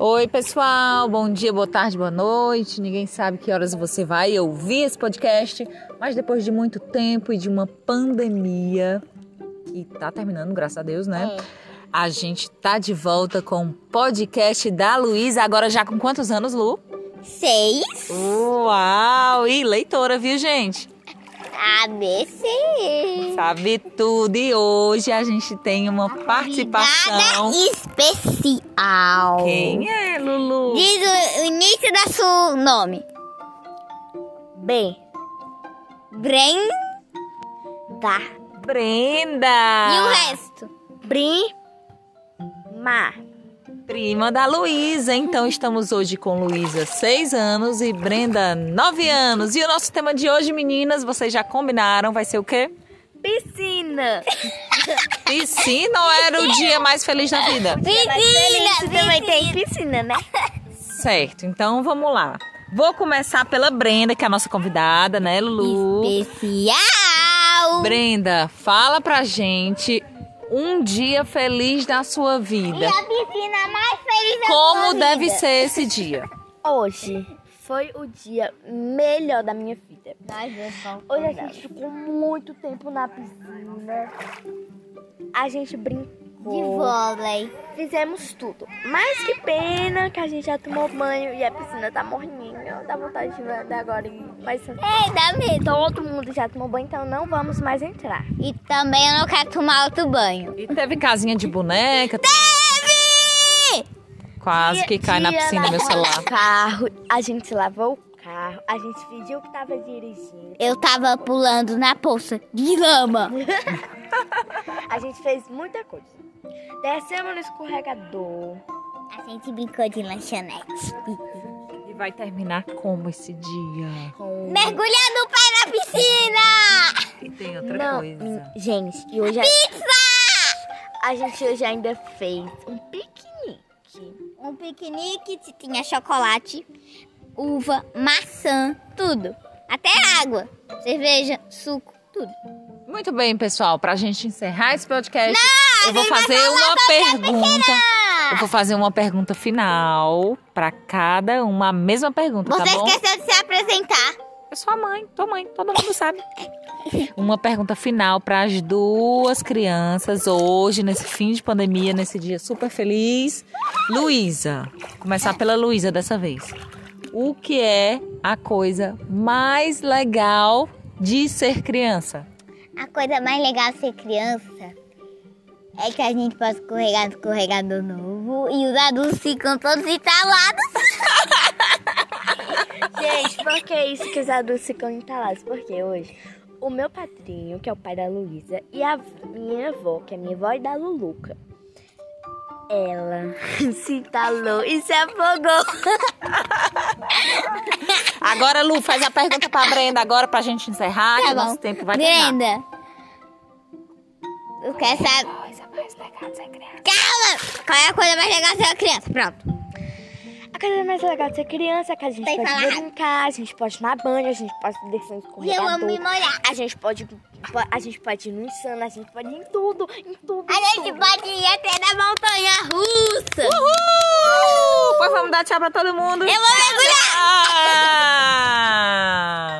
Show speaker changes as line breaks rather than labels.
Oi, pessoal, bom dia, boa tarde, boa noite. Ninguém sabe que horas você vai ouvir esse podcast, mas depois de muito tempo e de uma pandemia que tá terminando, graças a Deus, né?
Ah.
A gente tá de volta com o podcast da Luísa, agora já com quantos anos, Lu?
Seis.
Uau! E leitora, viu, gente?
ABC.
Sabe tudo. E hoje a gente tem uma participação.
Nada especial.
Quem é, Lulu?
Diz o, o início da seu nome. B. Brenda.
Brenda!
E o resto? Prima.
Prima da Luísa. Então estamos hoje com Luísa, 6 anos, e Brenda, 9 anos. E o nosso tema de hoje, meninas, vocês já combinaram, vai ser o quê?
Piscina.
Piscina ou era o dia mais feliz da vida?
Piscina. Também tem piscina, né?
Certo, então vamos lá. Vou começar pela Brenda, que é a nossa convidada, né, Lulu?
Especial.
Brenda, fala pra gente um dia feliz da sua vida.
piscina mais feliz
Como deve ser esse dia?
Hoje foi o dia melhor da minha vida. Hoje a gente ficou muito tempo na piscina. A gente
De
brincou.
vôlei.
Fizemos tudo. Mas que pena que a gente já tomou banho e a piscina tá morninha. Dá vontade de andar agora. em- um Mas
Ei, dá medo.
todo então mundo já tomou banho, então não vamos mais entrar.
E também eu não quero tomar outro banho.
E teve casinha de boneca?
Teve!
Quase que cai na
Dia
piscina meu
lavou
celular.
o Carro. A gente lavou o carro. A gente fingiu que tava dirigindo.
Eu tava pulando na poça de lama.
A gente fez muita coisa. Descemos no escorregador.
A gente brincou de lanchonete.
E vai terminar como esse dia?
Com...
Mergulhando o pé na piscina!
E tem outra
Não,
coisa.
hum, Gente, e hoje a... Pizza! A gente hoje ainda fez um piquenique.
Um piquenique que tinha chocolate, uva, maçã, tudo. Até água, cerveja, suco,
Tá
tudo.
Muito bem, pessoal. Pra gente encerrar esse podcast, eu vou fazer uma pergunta. Eu vou fazer uma pergunta final pra cada uma. A mesma pergunta,
Você
tá bom?
esqueceu de se apresentar.
Eu sou a É mãe, tua mãe, todo mundo sabe. Uma pergunta final para as duas crianças hoje, nesse fim de pandemia, nesse dia super feliz. Luísa, começar pela Luísa dessa vez. O que é a coisa mais legal de ser criança?
A coisa mais legal de ser criança é que a gente pode escorregar no escorregador novo e os adultos ficam todos instalados.
Gente, por que isso que os adultos ficam entalados? Porque hoje o meu padrinho, que é o pai da Luísa, e a minha avó, que é minha avó e da Luluca, ela se entalou e se afogou.
Agora, Lu, faz a pergunta para Brenda agora pra gente encerrar,
Tá
que o
bom.
nosso tempo vai terminar.
Brenda, eu quero saber.
Coisa mais legal de ser criança.
Calma! Qual é a coisa mais legal de ser criança? Pronto.
A coisa mais legal de ser criança é que a gente
Tem
pode
falar.
brincar, a gente pode tomar banho, a gente pode descer no
E eu amo me
escorregador.
molhar.
A gente pode, a gente pode ir no insano, a gente pode ir em tudo, em tudo.
A
em
gente
tudo.
pode ir até na montanha russa.
Pois vamos dar tchau pra todo mundo.
Eu vou mergulhar.
Ah!